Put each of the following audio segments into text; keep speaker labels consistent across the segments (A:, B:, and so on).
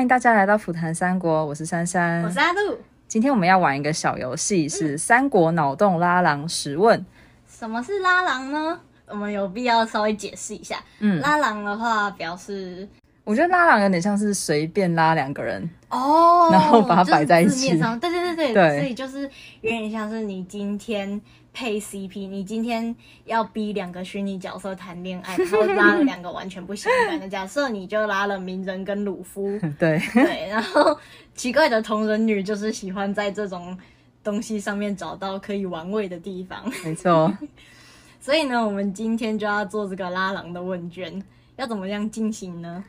A: 迎大家来到《虎谈三国》，我是珊珊，
B: 我是阿嗯杜。
A: 今天我们要玩一个小游戏，是三国脑洞拉郎十问。
B: 什么是拉郎呢？我们有必要稍微解释一下。
A: 嗯，
B: 拉郎的话，表示
A: 我觉得拉郎有点像是随便拉两个人，
B: 哦，
A: 然后把它摆在一起
B: 就是字面上对对对对，
A: 对
B: 所以就是有点像是你今天配 CP，你今天要逼两个虚拟角色谈恋爱，然后拉了两个完全不相干的假设，你就拉了鸣人跟 鲁夫，
A: 嗯对，
B: 对，然后奇怪的同人女就是喜欢在这种东西上面找到可以玩味的地方。
A: 没 错。
B: 所以呢，我们今天就要做这个拉郎的问卷，要怎么样进行呢？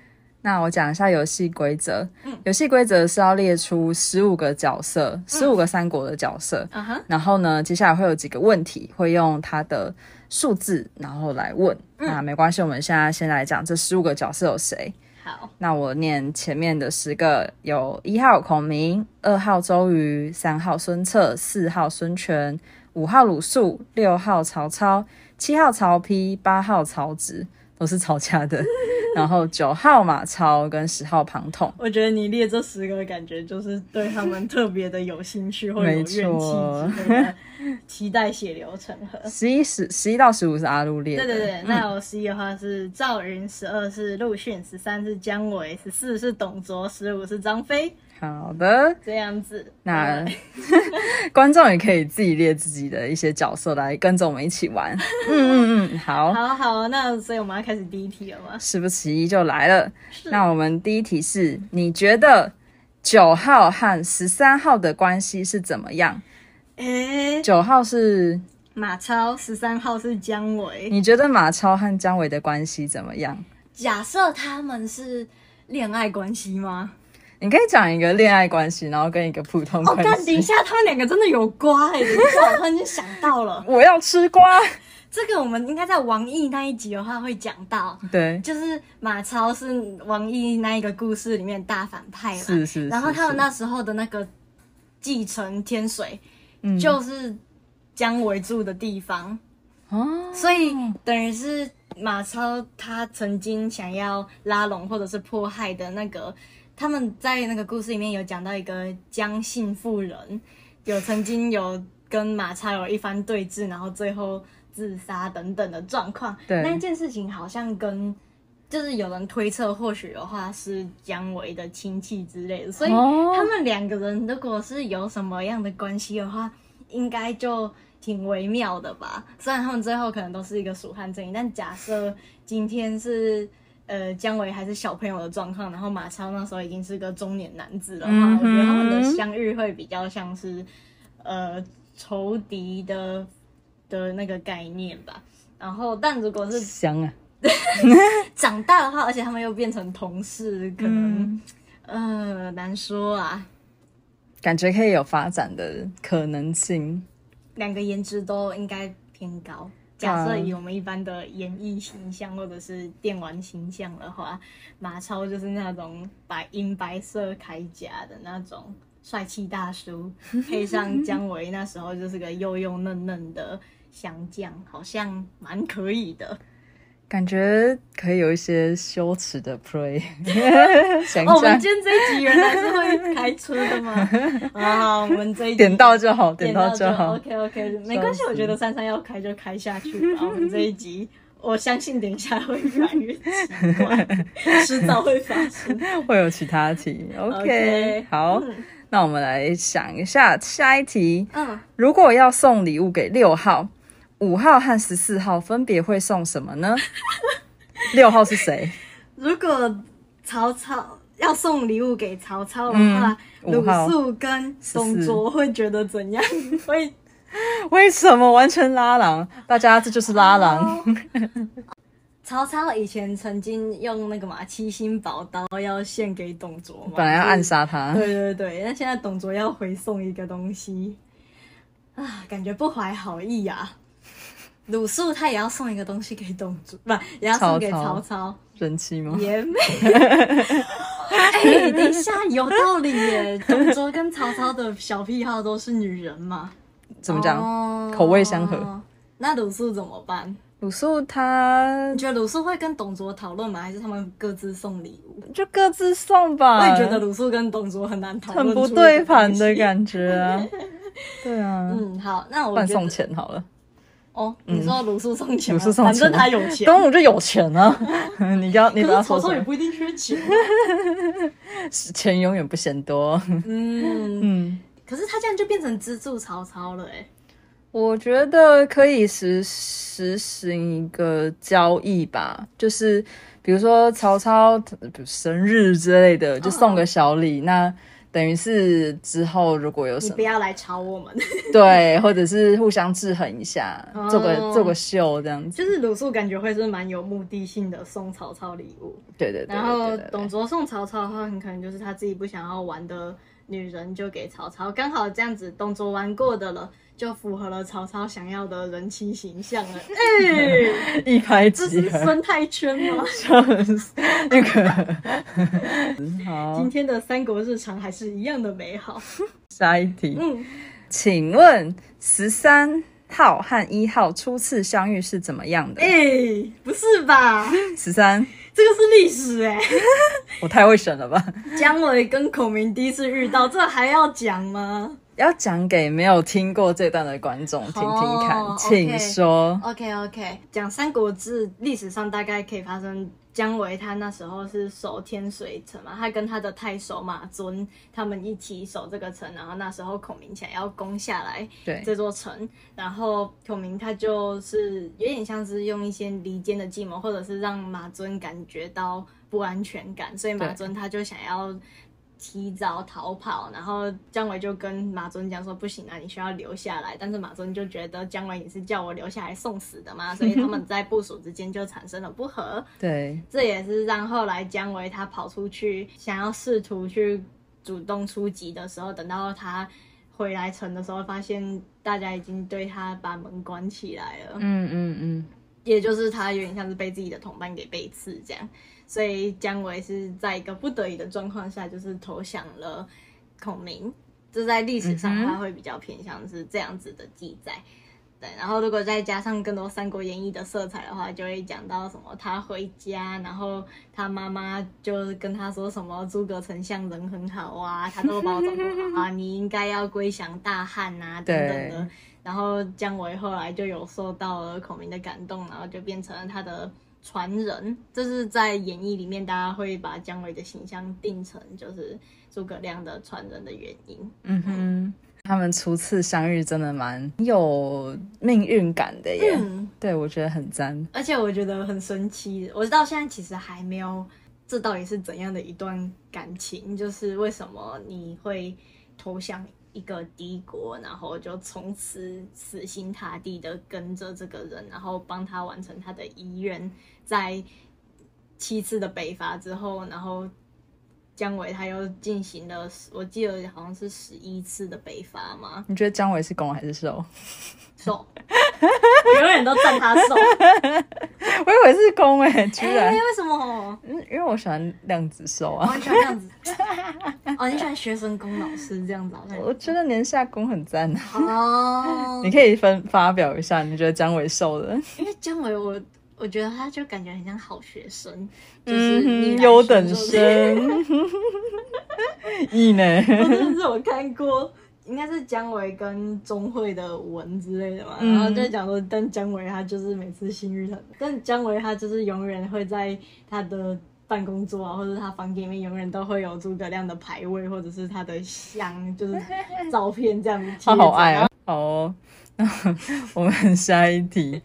A: 那我讲一下游戏规则。
B: 嗯
A: 游戏规则是要列出十五个角色，十五个三国的角色。
B: 啊哈，
A: 然后呢，接下来会有几个问题，会用它的数字然后来问。
B: 嗯
A: 那没关系，我们现在先来讲这十五个角色有谁。
B: 好，
A: 那我念前面的十个，有一号孔明，二号周瑜，三号孙策，四号孙权，五号鲁肃，六号曹操，七号曹丕，八号曹植，都是曹家的。 然后九号马超跟十号庞统。
B: 我觉得你列这十个，感觉就是对他们特别的有兴趣或者有
A: 没
B: 怨气
A: 错
B: 之类的，期待血流成 河。
A: 十一十十一到十五是阿路列
B: 对
A: 的，
B: 对对，那我十一的话是赵云，十二是陆逊，十三是姜维，十四是董卓，十五是张飞，
A: 好的，
B: 这样子。
A: 那
B: 嗯
A: 观众也可以自己列自己的一些角色来跟着我们一起玩。嗯嗯嗯，好，
B: 好好，那所以我们要开始第一题了吗？
A: 事不迟疑就来了。那我们第一题是：你觉得九号和十三号的关系是怎么样？
B: 诶、
A: 九号是
B: 马超，十三号是姜维，
A: 你觉得马超和姜维的关系怎么样？
B: 假设他们是恋爱关系吗？
A: 你可以讲一个恋爱关系，然后跟一个普通
B: 哦，
A: 关
B: 但等
A: 系。
B: 一下，他们两个真的有瓜 哎、欸！等一下，我突然间想到了，
A: 我要吃瓜。
B: 这个我们应该在王毅那一集的话会讲到，
A: 对，
B: 就是马超是王毅那一个故事里面的大反派嘛，
A: 是是。
B: 然后
A: 是
B: 他们
A: 是
B: 那时候的那个继承天水，
A: 嗯
B: 就是姜维住的地方，
A: 哦，
B: 所以等于是马超他曾经想要拉拢或者是迫害的那个，他们在那个故事里面有讲到一个姜姓妇人，有曾经有跟马超有一番对峙，然后最后自杀等等的状况。
A: 对
B: 那一件事情好像跟。就是有人推测，或许的话是姜维的亲戚之类的，所以
A: 哦
B: 他们两个人如果是有什么样的关系的话，应该就挺微妙的吧。虽然他们最后可能都是一个蜀汉阵营，但假设今天是呃姜维还是小朋友的状况，然后马超那时候已经是个中年男子的话，
A: 嗯哼
B: 我觉得他们的相遇会比较像是呃仇敌的的那个概念吧。然后，但如果是
A: 香啊。
B: 长大的话，而且他们又变成同事，可
A: 嗯
B: 能、呃难说啊。
A: 感觉可以有发展的可能性。
B: 两个颜值都应该偏高。假设
A: 嗯
B: 以我们一般的演艺形象或者是电玩形象的话，马超就是那种白银白色铠甲的那种帅气大 叔，配上姜维那时候就是个幼幼嫩嫩的降将，好像蛮可以的。
A: 感觉可以有一些羞耻的 play，想
B: 哦，我们
A: 象
B: 今天这一集原来是会开车 的吗？啊，好我们这一集
A: 点到就好，点
B: 点
A: 到
B: 到
A: 就好。
B: OK OK，没关系，
A: 笑死
B: 我觉得珊珊要开就开下去 吧。我们这一集，我相信等一下会越来越奇怪，迟早会发生。
A: 会有其他题。OK，,
B: OK
A: 好，
B: 嗯
A: 那我们来想一下下一题。
B: 嗯，
A: 如果要送礼物给六号、五号和十四号，分别会送什么 呢？六号是谁？
B: 如果曹操要送礼物给曹操的话，
A: 嗯
B: 鲁
A: 五号
B: 肃跟董卓会觉得怎样？ 会
A: 为什么完全拉郎？大家这就是拉
B: 哦
A: 郎。
B: 曹操以前曾经用那个嘛七星宝刀要献给董卓嘛，
A: 本来要暗
B: 就是
A: 杀 他，
B: 对对对，那现在董卓要回送一个东西，啊，感觉不怀好意呀、啊。鲁肃他也要送一个东西给董卓，不，也要送给
A: 曹
B: 曹
A: 操
B: 操，
A: 人气吗？
B: 也没 有。哎，等一下，有道理耶！董卓跟曹操的小癖好都是女人嘛，
A: 怎么讲？
B: 哦
A: 口味相合。
B: 那鲁肃怎么办？
A: 鲁肃他
B: 你觉得鲁肃会跟董卓讨论吗？还是他们各自送礼物？
A: 就各自送吧。
B: 我也觉得鲁肃跟董卓很难讨论，
A: 呃很不对盘的感觉 啊。对啊，
B: 嗯，好，那我
A: 半
B: 觉
A: 送
B: 得
A: 钱好了。
B: 哦，你说鲁肃送钱吗，
A: 鲁肃送
B: 反
A: 钱
B: 正他有钱，
A: 端午就有钱 啊！你要你
B: 可
A: 不要
B: 是
A: 说什
B: 曹操也
A: 么？
B: 不一定缺钱。
A: 钱永远不嫌多。
B: 嗯，
A: 嗯，
B: 可是他这样就变成资助曹操了，哎，
A: 我觉得可以实实行一个交易吧，就是比如说曹操呃比如生日之类的，就送个小礼。那等于是之后如果有
B: 你
A: 什么
B: 不要来吵我们。
A: 对，或者是互相制衡一下，做个
B: 哦
A: 做个秀这样子。
B: 就是鲁肃感觉会是蛮有目的性的送曹操礼物，
A: 对对对对
B: 然后
A: 对对
B: 董卓送曹操的话，很可能就是他自己不想要玩的女人就给曹操，刚好这样子，董卓玩过的了，就符合了曹操想要的人妻形象 了。哎、
A: 一拍
B: 这
A: 即
B: 是
A: 合，
B: 生态圈 吗？
A: 那个 好
B: 今，天的三国日常还是一样的美好。
A: 下一题，
B: 嗯，
A: 请问十三号和一号初次相遇是怎么样的
B: 哎、？不是吧？
A: 十三，
B: 这个是历史哎、
A: 我太会选了吧？
B: 姜维跟孔明第一次遇到，这还要讲吗
A: 要讲给没有听过这段的观众听听看，
B: 哦
A: 请
B: OK
A: 说。
B: ？OK OK，讲《三国志》历史上大概可以发生。姜维他那时候是守天水城嘛，他跟他的太守马尊他们一起守这个城，然后那时候孔明想要攻下来，
A: 对，
B: 这座城，然后孔明他就是有点像是用一些离间的计谋，或者是让马尊感觉到不安全感，所以马
A: 对
B: 尊他就想要提早逃跑，然后姜维就跟马尊讲说不行啊，你需要留下来，但是马尊就觉得姜维你是叫我留下来送死的嘛，所以他们在部署之间就产生了不和，
A: 对，
B: 这也是让后来姜维他跑出去想要试图去主动出击的时候，等到他回来城的时候，发现大家已经对他把门关起来了，
A: 嗯嗯嗯，
B: 也就是他有点像是被自己的同伴给背刺这样，所以姜维是在一个不得已的状况下，就是投降了孔明。这在历史上
A: 嗯哼
B: 它会比较偏向是这样子的记载。对，然后如果再加上更多《三国演义》的色彩的话，就会讲到什么他回家，然后他妈妈就跟他说什么诸葛丞相人很好啊，他都把我照顾好啊，你应该要归降大汉啊等等的
A: 对。
B: 然后姜维后来就有受到了孔明的感动，然后就变成了他的传人。这是在演义里面大家会把姜维的形象定成就是诸葛亮的传人的原因。
A: 嗯哼。他们初次相遇真的蛮有命运感的耶，
B: 嗯，
A: 对我觉得很赞。
B: 而且我觉得很神奇，我到现在其实还没有，这到底是怎样的一段感情？就是为什么你会投降一个敌国，然后就从此死心塌地的跟着这个人，然后帮他完成他的遗愿，在七次的北伐之后，然后。姜维他又进行了，我记得好像是十一次的北伐 嘛，
A: 你觉得姜维是攻还是受？
B: 瘦，永远都赞他 瘦，
A: 我以为是攻哎、居
B: 哎、
A: 然，
B: 为什么？
A: 嗯因为我喜欢量子兽
B: 哦，
A: 啊，
B: 你喜欢这 样子？哦，你喜欢学生工老师这样子好啊像？
A: 我觉得年下攻很赞啊。
B: 哦
A: 你，可以分发表一下，你觉得姜维瘦的，
B: 因为姜维我。我觉得他就感觉很像好学生，就是你
A: 嗯
B: 来
A: 哼，优等
B: 学生
A: 生，异呢？
B: 我 真的是我看过，应该是姜维跟钟会的文之类的嘛，
A: 嗯
B: 然后就讲说，但姜维他就是每次性欲很，但姜维他就是永远会在他的办公桌啊，或者他房间里面永远都会有诸葛亮的牌位，或者是他的像， 就是照片这样子贴
A: 他
B: 着。
A: 好爱啊，好哦。我们下一题，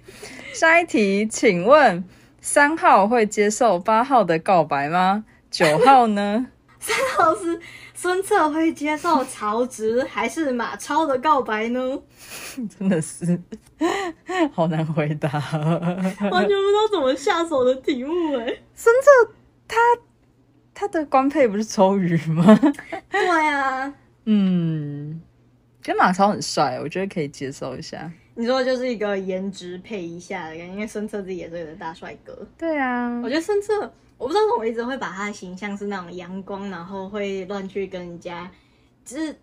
A: 下一题，请问三号会接受八号的告白吗？九号呢？
B: 到底是孙策会接受曹植还是马超的告白 呢？
A: 真的是好难回答。
B: 完全不知道怎么下手的题目哎、
A: 他的官配不是周瑜 吗？
B: 对啊，
A: 嗯，跟马超很帅，我觉得可以接受一下。
B: 你说就是一个颜值配一下的感觉，因为孙策自己也是个大帅哥。
A: 对啊
B: 我，觉得孙策，我不知道为什么我一直会把他的形象是那种阳光，然后会乱去跟人家，就是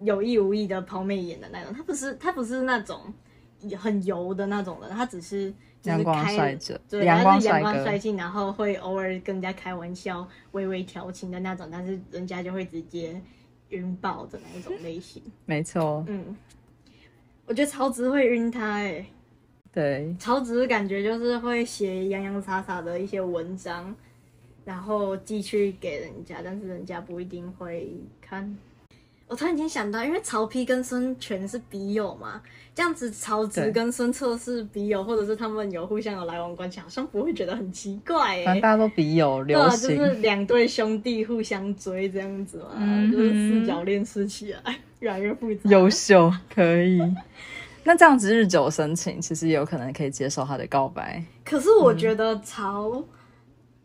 B: 有意无意的抛媚眼的那种。他不是他不是那种很油的那种人，他只是就是
A: 阳光
B: 开
A: 帅者，
B: 对，
A: 阳
B: 他
A: 光
B: 是阳
A: 帅
B: 光帅
A: 哥，
B: 气，然后会偶尔跟人家开玩笑、微微调情的那种，但是人家就会直接晕爆的那一种类型。
A: 没错，
B: 嗯，我觉得曹植会晕他哎、
A: 对，
B: 曹植感觉就是会写洋洋洒洒的一些文章，然后寄去给人家，但是人家不一定会看。我突然间想到，因为曹丕跟孙权是笔友嘛，这样子曹植
A: 对
B: 跟孙策是笔友，或者是他们有互相有来往关系，好像不会觉得很奇怪哎、
A: 反正大家都笔友
B: 对
A: 流
B: 啊，就
A: 行，
B: 是两对兄弟互相追这样子嘛，
A: 嗯哼
B: 就是四角恋吃起来越来越复杂。
A: 优秀，可以。那这样子日久生情，其实也有可能可以接受他的告白。
B: 可是我
A: 嗯
B: 觉得曹，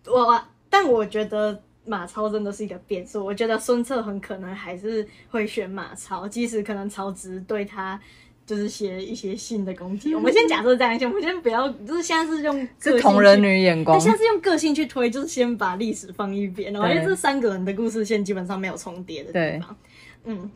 B: 我但我觉得马超真的是一个变数。我觉得孙策很可能还是会选马超，即使可能曹植对他就是写一些性的攻击。我们先假设这样，先我们先不要，就是现在是用个性
A: 是
B: 去
A: 同人。女眼光
B: 但，现在是用个性去推，就是先把历史放一边，然后因
A: 对
B: 为这三个人的故事线基本上没有重叠的地方。嗯，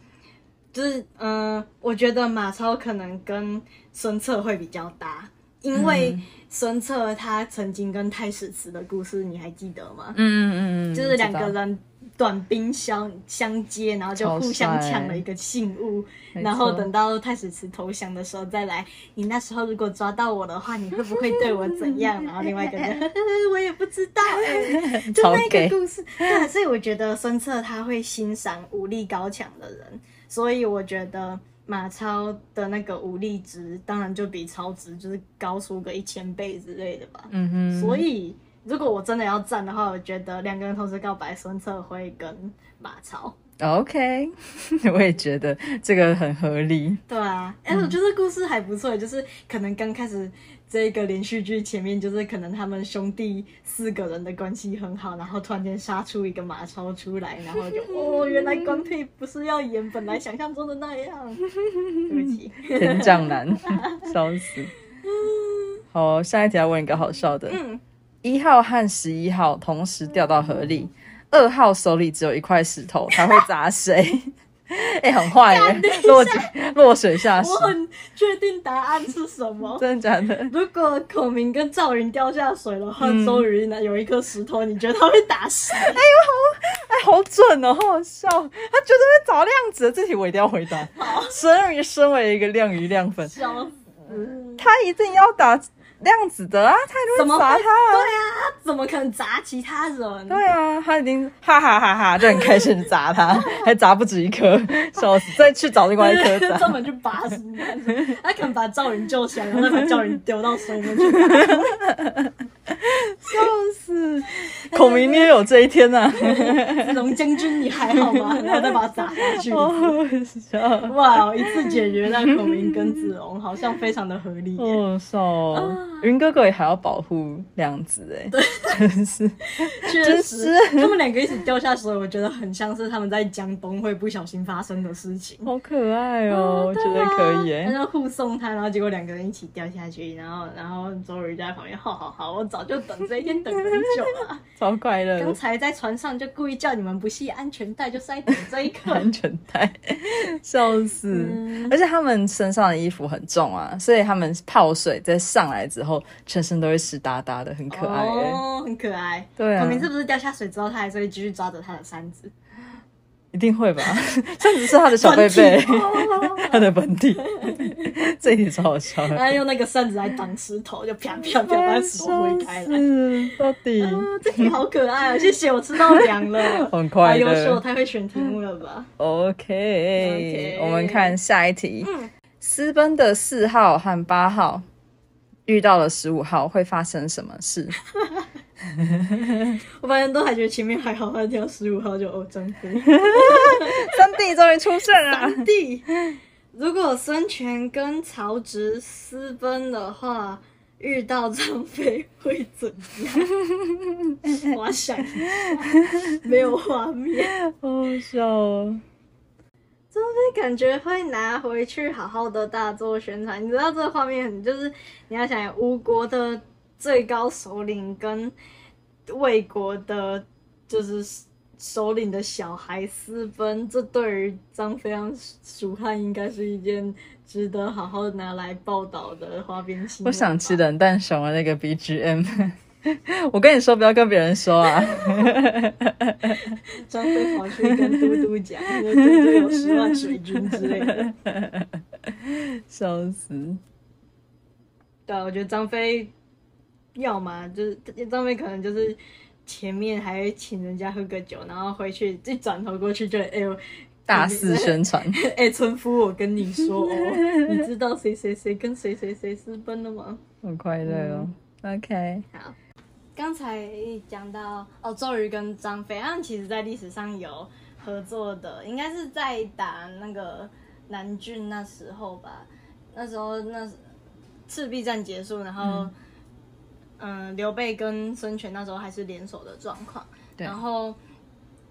B: 就是嗯、呃我觉得马超可能跟孙策会比较搭，因为孙策他曾经跟太史慈的故事，你还记得吗？
A: 嗯嗯嗯，
B: 就是两个
A: 知道，
B: 人短兵相相接，然后就
A: 超
B: 互相
A: 帅
B: 抢了一个信物，
A: 没
B: 然后
A: 错
B: 等到太史慈投降的时候再来。你那时候如果抓到我的话，你会不会对我怎 样？然后另外一个人 就呵呵，我也不知道、哎，就
A: 超
B: 那个
A: gay
B: 故事。对，啊所以我觉得孙策他会欣赏武力高强的人，所以我觉得。马超的那个武力值，当然就比超值就是高出个一千倍之类的吧。
A: 嗯哼，
B: 所以如果我真的要站的话，我觉得两个人同时告白，孙策会跟马超。
A: OK，我 也觉得这个很合理。
B: 对啊，哎、我觉得故事还不错，就是可能刚开始这个连续剧前面就是可能他们兄弟四个人的关系很好，然后突然间杀出一个马超出来，然后就哦，原来官配不是要演本来想象中的那 样。对不起，
A: 天降男，笑死。好，下一题要问一个好笑的。
B: 嗯，
A: 一号和十一号同时掉到河里，二号手里只有一块石头，他会砸谁？ 哎、很坏耶！落落水下石
B: 我，很确定答案是什么。
A: 真的假的？哎
B: 如果孔明跟赵云掉下水的话，周瑜呢有一颗石头，你觉得他会打谁？
A: 哎，好准哦，好好笑！他绝对会找量子的，这题我一定要回答。身为身为一个量鱼量粉，
B: 笑死！
A: 他一定要打量子的啊，他一
B: 怎
A: 定
B: 么
A: 会
B: 会
A: 砸他啊
B: 对啊，他怎么可能砸其他人？
A: 对啊，他已经哈哈哈哈，就很开心地砸 他，还砸不止一颗，笑死！再去找另外一颗
B: 对，
A: 砸
B: 专。门去拔石头，他可能把赵云救起来，然后再把赵云丢到水里面去。
A: 笑死！ 孔明，你也有这一天啊 呐、
B: 龙将军，你还好吗？然后再把他砸下去。
A: 好好笑，
B: 哇哦，一次解决那孔明跟子龙，好像非常的合理耶。
A: 好好笑哦！
B: 啊
A: 云哥哥也还要保护量子哎，真是
B: 确
A: 真
B: 实
A: 是，
B: 他们两个一起掉下水，我觉得很像是他们在江东会不小心发生的事情。
A: 好可爱
B: 啊
A: 哦，我觉得可以
B: 他
A: 哎。
B: 就护送他，然后结果两个人一起掉下去，然后然后周瑜就在旁边，好好好，我早就等这一天等很久了，
A: 超快乐
B: 刚
A: 的，
B: 才在船上就故意叫你们不系安全带，就是在等这一刻。
A: 安全带，笑死！
B: 嗯
A: 而且他们身上的衣服很重啊，所以他们泡水在上来之后，全身都会湿哒哒的，很可爱哎、
B: 哦，很可爱。
A: 对啊
B: 孔明是不是掉下水之后，他还是会继续抓着他的扇子？
A: 一定会吧？ 甚至是他的小贝贝， 他的本体， 这一题超好笑的。
B: 然后用那个扇子来挡石头，就啪啪啪把石头挥开
A: 是
B: 来。
A: 哎到 底
B: 啊这题好可爱哦！谢谢，我吃到凉了。
A: 很快
B: 好优秀，
A: 乐。
B: 太会选题目了吧？
A: OK，
B: OK
A: 我们看下一题。
B: 嗯
A: 私奔的四号和八号遇到了十五号，会发生什么事？
B: 我发现都还觉得前面还好，他跳十五号就哦真飞。
A: 三弟终于出现 了。
B: 三弟，如果孙权跟曹植私奔的话，遇到张飞会怎样？我要想一下，没有画面，
A: 好笑哦！
B: 张飞感觉会拿回去好好的大做宣传。你知道这个画面很就是你要想吴国的最高首领跟魏国的，就是首领的小孩私奔，这对于张飞和蜀汉应该是一件值得好好拿来报道的花边新闻吧。
A: 我想吃冷淡熊的那个 BGM。我跟你说，不要跟别人说啊！
B: 张飞跑去跟嘟嘟讲，因为嘟嘟有十万水军之类的。
A: 笑死！
B: 对啊，我觉得张飞要嘛就是张飞可能就是前面还请人家喝个酒，然后回去一转头过去就哎呦
A: 大肆宣 传，
B: 哎村夫，我跟你说哦，你知道谁谁谁跟谁谁谁私奔了吗？
A: 很快乐哦。OK，
B: 好，刚才讲到哦，周瑜跟张飞，他们其实在历史上有合作的，应该是在打那个南郡那时候吧。那时候那赤壁战结束，然后嗯、刘备跟孙权那时候还是联手的状况，
A: 对
B: 然后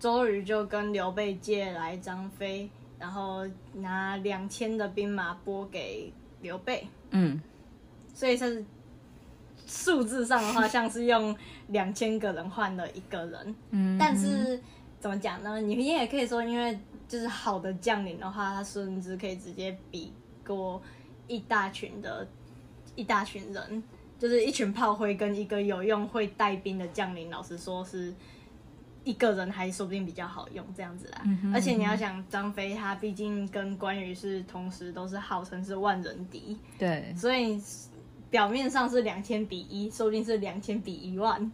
B: 周瑜就跟刘备借来张飞，然后拿两千的兵马拨给刘备，
A: 嗯，
B: 所以是数字上的话，像是用两千个人换了一个人。
A: 嗯
B: 但是怎么讲呢？你也可以说，因为就是好的将领的话，他甚至可以直接比过一大群的一大群人，就是一群炮灰跟一个有用会带兵的将领。老实说是。一个人还说不定比较好用，这样子啦。而且你要想，张飞他毕竟跟关羽是同时都是号称是万人敌，
A: 对，
B: 所以表面上是两千比一，说不定是两千比一万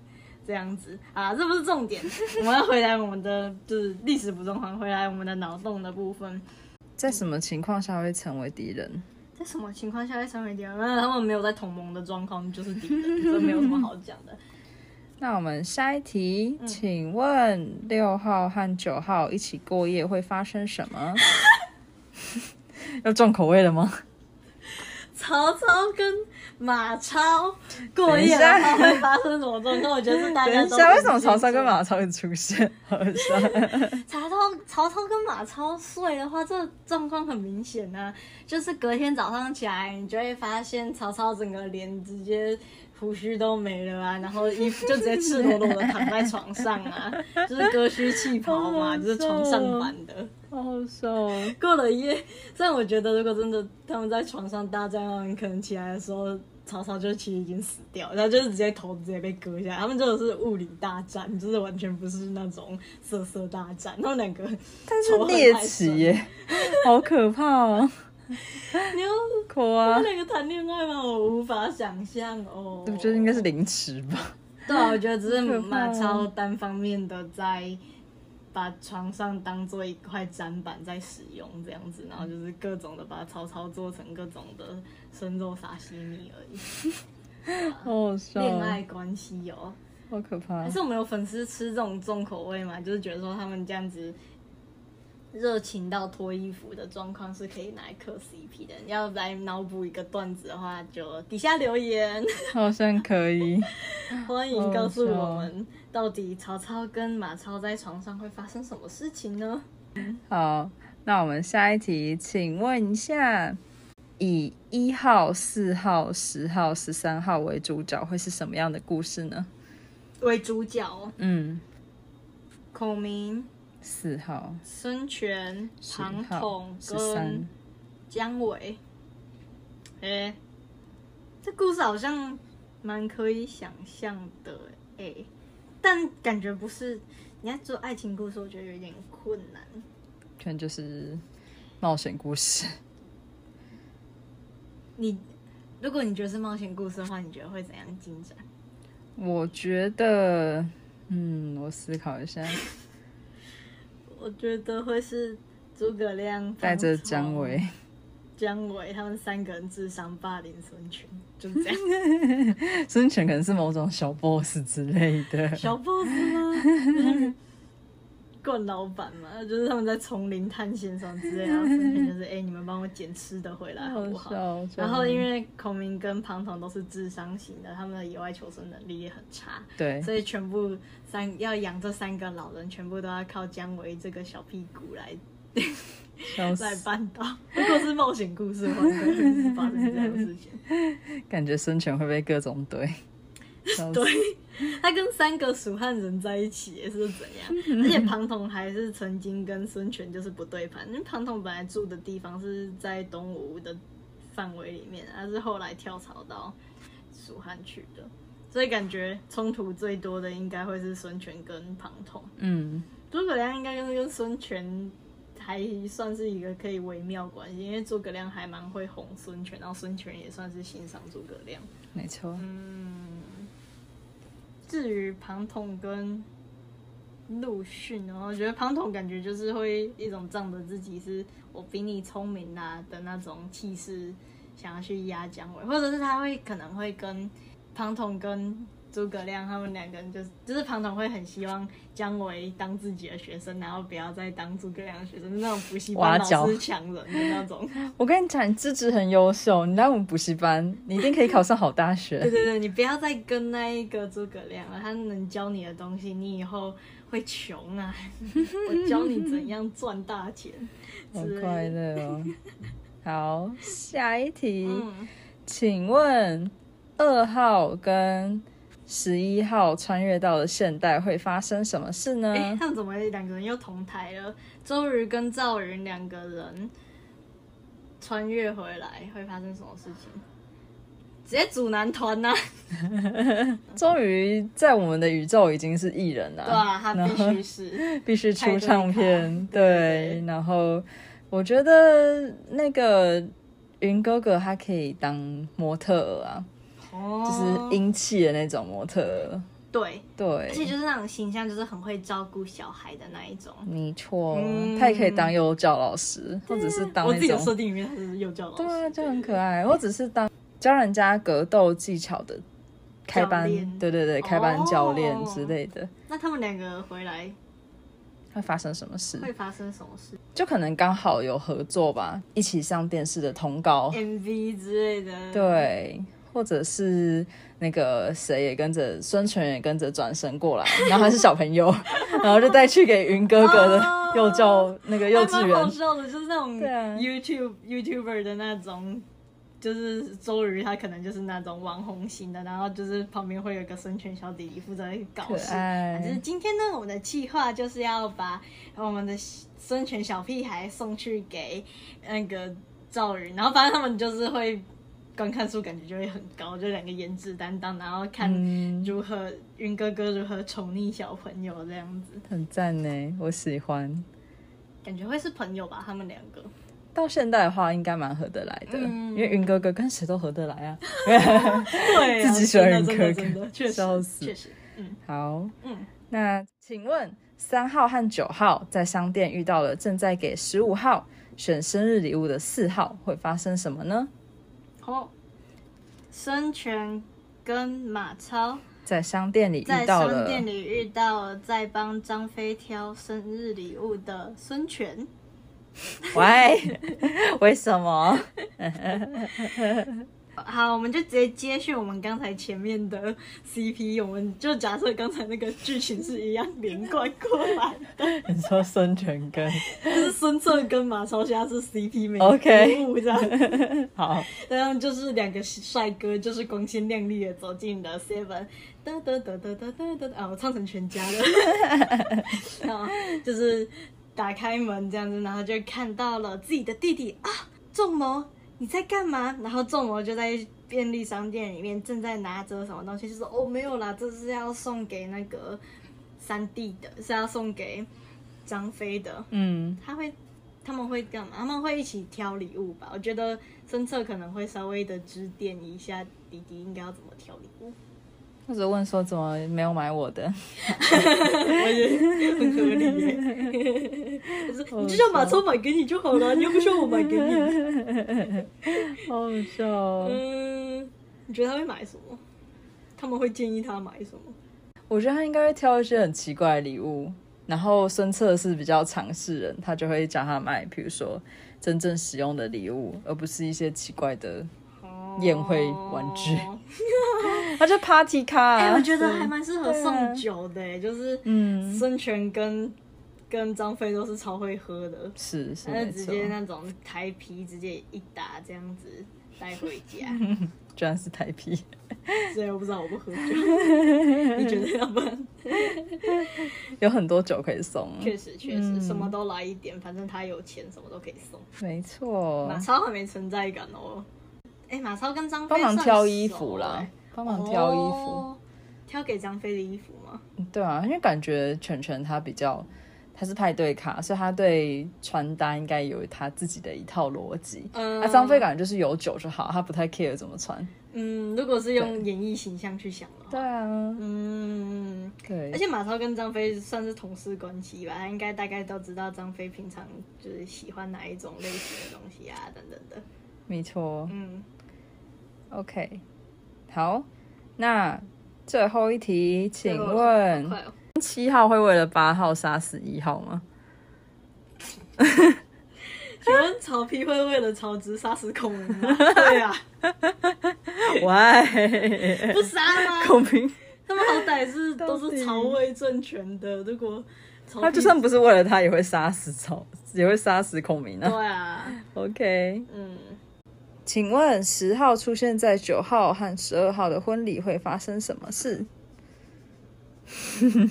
B: 这样子啊，这不是重点，我们要回来我们的就是历史不中环，回来我们的脑洞的部分。
A: 在什么情况下会成为敌人？
B: 在什么情况下会成为敌人？那他们没有在同盟的状况就是敌人，这没有什么好讲的。
A: 那我们下一题，请问六号和九号一起过夜会发生什么？ 要重口味了吗？
B: 曹操跟马超过夜的话会发生什么状况？我觉得是大
A: 等
B: 家
A: 一
B: 都
A: 下，
B: 很
A: 为什么曹操
B: 清
A: 跟
B: 楚
A: 马超会出现？ 好好笑。
B: 曹操曹操跟马超睡的话，这状况很明显啊，就是隔天早上起来，你就会发现曹操整个脸直接胡须都没了啊，然后衣服就直接赤裸裸的躺在床上啊，就是割须弃袍嘛，就是床上版的。
A: 好好笑哦！
B: 过了一夜，虽然我觉得如果真的他们在床上大战的话，你可能起来的时候。曹操就其实已经死掉，然后就是直接头直接被割下来。他们就是物理大战，就是完全不是那种色色大战。他们两个
A: 但是
B: 仇恨
A: 猎
B: 太
A: 奇
B: 深
A: 耶，好可怕 哦！
B: 你要
A: 苦啊
B: 他，两个谈恋爱吗？我无法想象哦。
A: 我觉得应该是凌迟吧。
B: 对啊，我觉得只是
A: 可怕
B: 马超单方面的在把床上当做一块砧板在使用这样子，然后就是各种的把曹操做成各种的生肉沙西米而已。
A: 好好笑哦，
B: 恋爱关系哦，
A: 好可怕
B: 还。是我们有粉丝吃这种重口味嘛？就是觉得说他们这样子。热情到脱衣服的状况是可以拿来磕 CP 的，要来脑补一个段子的话，就底下留言。
A: 好像可以。
B: 欢迎告诉我们，到底曹操跟马超在床上会发生什么事情呢？
A: 好，那我们下一题，请问一下，以一号、四号、十号、十三号为主角，会是什么样的故事呢？
B: 为主角，
A: 嗯，
B: 孔明、
A: 四号、
B: 孙权、
A: 十
B: 庞
A: 号
B: 统、
A: 十
B: 跟
A: 三，
B: 姜维。诶，这故事好像蛮可以想象的诶，但感觉不是。你要做爱情故事，我觉得有点困难。
A: 全就是冒险故事。
B: 你如果你觉得是冒险故事的话，你觉得会怎样进展？
A: 我觉得，嗯，我思考一下，
B: 我觉得会是诸葛亮
A: 带着姜、维，
B: 姜维他们三个人智商霸凌孙权，就 是这样。
A: 孙权可能是某种小 boss 之类的。
B: 小 boss 吗？惯老板嘛，就是他们在丛林探险什么之类的，然后孙权就是哎、你们帮我捡吃的回来好不好？
A: 好笑
B: 然后因为孔明跟庞统都是智商型的，他们的野外求生能力也很差，
A: 对，
B: 所以全部三要养这三个老人，全部都要靠姜维这个小屁股来
A: 笑死
B: 在半岛。 如果是冒险故事的话，可能会是发生这样的事情。
A: 感觉孙权会被各种怼。笑死
B: 对，他跟三个蜀汉人在一起也是怎样？而且庞统还是曾经跟孙权就是不对盘，因为庞统本来住的地方是在东吴的范围里面，他是后来跳槽到蜀汉去的，所以感觉冲突最多的应该会是孙权跟庞统。
A: 嗯，
B: 诸葛亮应该跟跟孙权还算是一个可以微妙关系，因为诸葛亮还蛮会哄孙权，然后孙权也算是欣赏诸葛亮。
A: 没错，
B: 至于庞统跟陆逊哦，我觉得庞统感觉就是会一种仗着自己是我比你聪明啦、的那种气势，想要去压姜维，或者是他会可能会跟庞统跟诸葛亮他们两个人就是就是庞统会很希望姜维当自己的学生，然后不要再当诸葛亮的学生，那种补习
A: 挖
B: 班
A: 角
B: 老师抢人的那种。
A: 我跟你讲，你资质很优秀，你来我们补习班，你一定可以考上好大
B: 对
A: 学。
B: 对对，你不要再跟那一个诸葛亮了，他能教你的东西，你以后会 穷啊！我教你怎样赚大钱
A: 好
B: 之
A: 快
B: 类的。
A: 乐哦！好，下一题，
B: 嗯，
A: 请问二号跟十一号穿越到了现代会发生什么事呢？
B: 哎，他们怎么两个人又同台了？周瑜跟赵云两个人穿越回来会发生什么事情？直接组男团啊呐、
A: 终于在我们的宇宙已经是艺人了，
B: 对啊，他
A: 然
B: 必
A: 后
B: 须是，
A: 必须出唱片，
B: 派对卡
A: 对，然后我觉得那个云哥哥他可以当模特儿啊，
B: 就
A: 就是英气的那种模特儿，
B: 对，而且
A: 对，
B: 就是那种形象，就是很会照顾小孩的那一种。
A: 没错，
B: 嗯
A: 他也可以当幼教老师，或者是当
B: 我
A: 那
B: 自己的
A: 种，
B: 设定里面他是幼教老师，
A: 对啊，就很可爱，或者是当教人家格斗技巧的开班
B: 教练，
A: 对对对，开班教练
B: 哦
A: 之类的，
B: 那他们两个回来
A: 会发生什么事？
B: 会发生什么事
A: 就可能刚好有合作吧，一起上电视的通告，
B: ？MV 之类的，，
A: 对，或者是那个谁也跟着，孙权也跟着转身 过来，然后他是小朋友， 然后就带去给云哥哥的幼教那个幼稚
B: 哦好
A: 园，
B: 笑的，就是那种
A: 对啊
B: YouTube、YouTuber 的那种。就是周瑜，他可能就是那种网红型的，然后就是旁边会有一个孙权小弟弟负责搞
A: 可
B: 事。
A: 爱
B: 反正今天呢，我们的计划就是要把我们的孙权小屁孩送去给那个赵云，然后反正他们就是会观看数感觉就会很高，就两个颜值担当，然后看
A: 嗯，
B: 如何云哥哥如何宠溺小朋友这样子，
A: 很赞呢，我喜欢。
B: 感觉会是朋友吧？他们两个
A: 到现代的话，应该蛮合得来的，
B: 嗯
A: 因为云哥哥跟谁都合得来啊。
B: 对啊
A: 自己喜欢云
B: 真的
A: 哥哥
B: 真 的，确实
A: 笑死
B: 确实，嗯
A: 好，
B: 嗯，
A: 那请问三号和九号在商店遇到了正在给十五号选生日礼物的四号，会发生什么呢？
B: 好，孙权跟马超
A: 在商店里
B: 在
A: 遇到
B: 商
A: 了，
B: 店里遇到了在帮张飞挑生日礼物的孙权，
A: 喂，为什么？
B: 好，我们就直接接续我们刚才前面的 CP，我们就假设刚才那个剧情是一样连贯过来 的。
A: 你说孙权跟
B: 就是孙策跟马超现在是 CP 美
A: OK
B: 人物这样，
A: 好，
B: 然后就是两个帅哥，就是光鲜亮丽的走进了 Seven，得得得得得得得，啊，我唱成全家了，然后就是打开门这样子，然后就看到了自己的弟弟啊，仲谋你在干嘛？然后仲谋就在便利商店里面正在拿着什么东西，就说哦没有啦，这是要送给那个三弟的，是要送给张飞的，
A: 嗯，
B: 他会，他们会干嘛？他们会一起挑礼物吧？我觉得孙策可能会稍微的指点一下弟弟应该要怎么挑礼物，
A: 或者问说怎么没有买我的？
B: 我觉得很合理耶。 就是
A: 哦
B: 你就叫马超买给你就好
A: 啊
B: 了，你又不需要我买给你。
A: 好好笑 哦！
B: 嗯，你觉得他会买什么？他们会建议他买什么？
A: 我觉得他应该会挑一些很奇怪的礼物。然后孙策是比较尝试人，他就会叫他买，比如说真正实用的礼物，而不是一些奇怪的。宴会玩具他就 party 咖、哦啊，
B: 哎、我觉得还蛮适合
A: 对啊
B: 送酒的、就是
A: 嗯，
B: 孙权跟跟张飞都是超会喝的。
A: 是是
B: 他
A: 没
B: 就直
A: 错，
B: 接那种台啤直接一打这样子，带回 家，
A: 居然是台啤。
B: 所以我不知道我 不喝酒。你觉得要不然？
A: 有很多 酒可以送。啊
B: 确实确
A: 嗯
B: 实，什么都来一点，反正他有钱，什么都可以送。
A: 没错
B: 马，超很没存在感哦。哎，马超跟张飞
A: 帮忙
B: 算
A: 挑衣
B: 熟
A: 服啦
B: 哎，
A: 帮忙挑衣服。
B: 哦挑给张飞的衣服吗？
A: 对啊，因为感觉全全他比较，他是派对咖，所以他对穿搭应该有他自己的一套逻辑。
B: 嗯
A: 啊，张飞感觉就是有酒就好，他不太 care 怎么穿。
B: 嗯，如果是用演艺形象去想的话，
A: 对啊，
B: 嗯，
A: 对，
B: 而且马超跟张飞算是同事关系吧，他应该大概都知道张飞平常就是喜欢哪一种类型的东西啊，等等的。
A: 没错。
B: 嗯，
A: OK，好，那最后一题，请
B: 最后好
A: 问
B: 快哦
A: 七号会为了八号杀死一号吗？
B: 请问曹丕会为了曹植杀死孔明吗？ 对 啊，
A: 喂，
B: 不杀吗？
A: 哎孔明，
B: 他们好歹是
A: 到
B: 都
A: 底
B: 是曹魏政权的，如果曹
A: 他
B: 丕
A: 就算不是为了他，也会杀死曹，也会杀死孔明
B: 对
A: 啊。
B: 啊，
A: OK，
B: 嗯，
A: 请问十号出现在九号和十二号的婚礼会发生什么事？嗯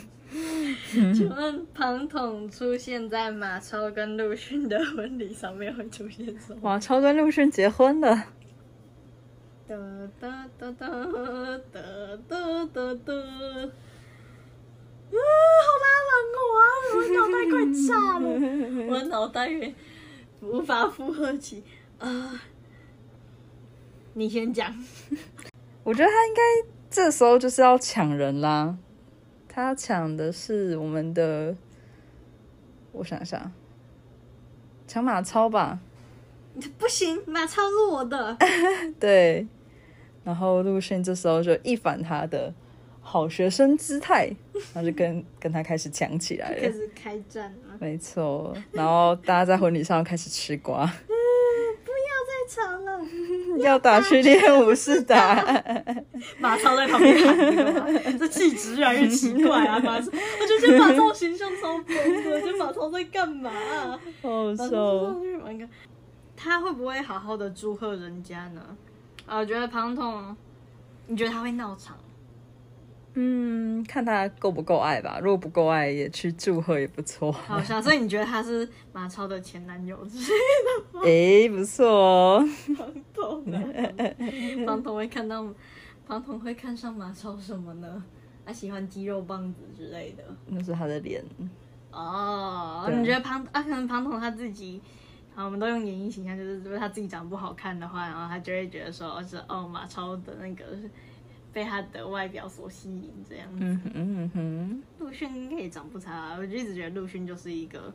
B: 请问庞统出现在马超跟陆逊的婚礼上面会出现什么？
A: 哇，超跟陆逊结婚了，
B: 哒哒哒哒哒哒哒哒。啊，好拉郎我啊！我的脑袋快炸了， 我的脑袋也无法负荷起啊！你先讲，
A: 我觉得他应该这时候就是要抢人啦。他抢的是我们的，我想想，抢马超吧，
B: 不行，马超是我 的，
A: 对。然后陆逊这时候就一反他的好学生姿态，然后就跟跟他开始抢起 来
B: 开
A: 了。
B: 始开战了，
A: 没错，然后大家在婚礼上开始吃瓜。
B: 不要再吵了。
A: 要打去练武士打，
B: 马超在旁边喊那个嘛，这气质越来越奇怪啊！马超，我觉得今天马超形象超崩的，这马超在干嘛啊、
A: 好
B: 然后
A: 笑。
B: 就去玩个，他会不会好好的祝贺人家呢？啊，我觉得庞统，你觉得他会闹场？
A: 嗯，看他够不够爱吧。如果不够爱，也去祝贺也不 错。
B: 好笑，所以你觉得他是马超的 前男友之
A: 诶，不错哦。
B: 庞统呢？庞统 会看到，庞统会看上马超什么呢？他喜欢肌肉棒子之类的。
A: 那是他的脸。
B: 哦，
A: 对
B: 你觉得庞啊，可能庞统他自己，啊，我们都用演绎形象，就是如果他自己长得不好看的话，然后他就会觉得说，哦，是哦，马超的那个被他的外表所吸引这样子。
A: 嗯哼嗯哼，
B: 陆逊应该也长不差，啊我就一直觉得陆逊就是一个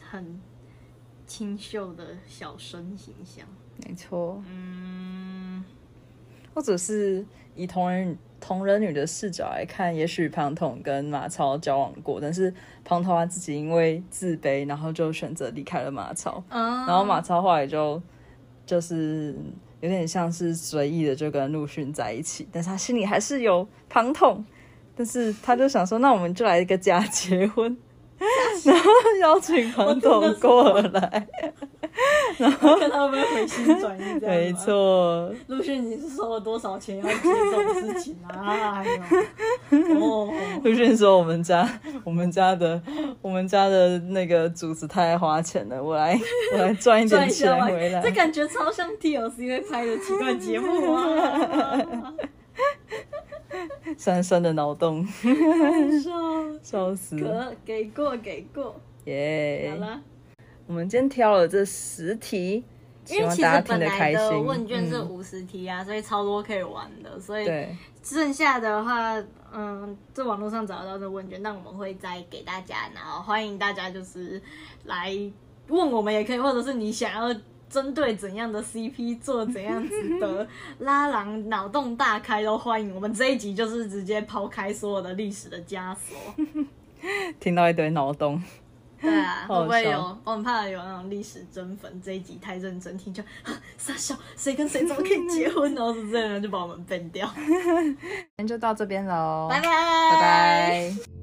B: 很清秀的小生形象。
A: 没错。
B: 嗯，
A: 或者是以同人同人女的视角来看，也许庞统跟马超交往过，但是庞统他自己因为自卑，然后就选择离开了马超。
B: 啊
A: 然后马超后来就就是有点像是随意的就跟陆逊在一起，但是他心里还是有庞统，但是他就想说，那我们就来一个假结 婚，然后邀请庞统过来，
B: 看他会不会回心转意，这样吗啊
A: 没。错，
B: 陆逊，你是收了多少钱要接这种事情啊？ 哎呦，哦，
A: 陆逊说我们家我们家的我们家的那个主子太爱花钱了，我来我来赚一点
B: 一
A: 钱
B: 下外
A: 回来，
B: 这感觉超像 TLC 会拍的奇怪节目啊！
A: 深深的脑洞，
B: 很爽，
A: 笑死，
B: 可给过给过，
A: 耶
B: 好！了。
A: 我们今天挑了这十题，
B: 因
A: 希
B: 为
A: 望
B: 其
A: 大家
B: 实
A: 听
B: 本
A: 得
B: 来
A: 开心。
B: 的问卷是
A: 嗯
B: 五十题啊，所以超多可以玩的，所以
A: 对，
B: 剩下的话，嗯，这网络上找得到的问卷，那我们会再给大家，然后欢迎大家就是来问我们也可以，或者是你想要针对怎样的 CP 做怎样子的拉郎脑洞大开都欢迎。我们这一集就是直接抛开所有的历史的枷锁，
A: 听到一堆脑洞，
B: 对啊，
A: 好
B: 会不会
A: 笑
B: 有？我很怕有那种历史真粉这一集太认真听就 啊傻笑，谁跟谁怎么可以结婚，然后是这样就把我们 ban 掉，
A: 今天就到这边喽，
B: 拜拜，拜
A: 拜拜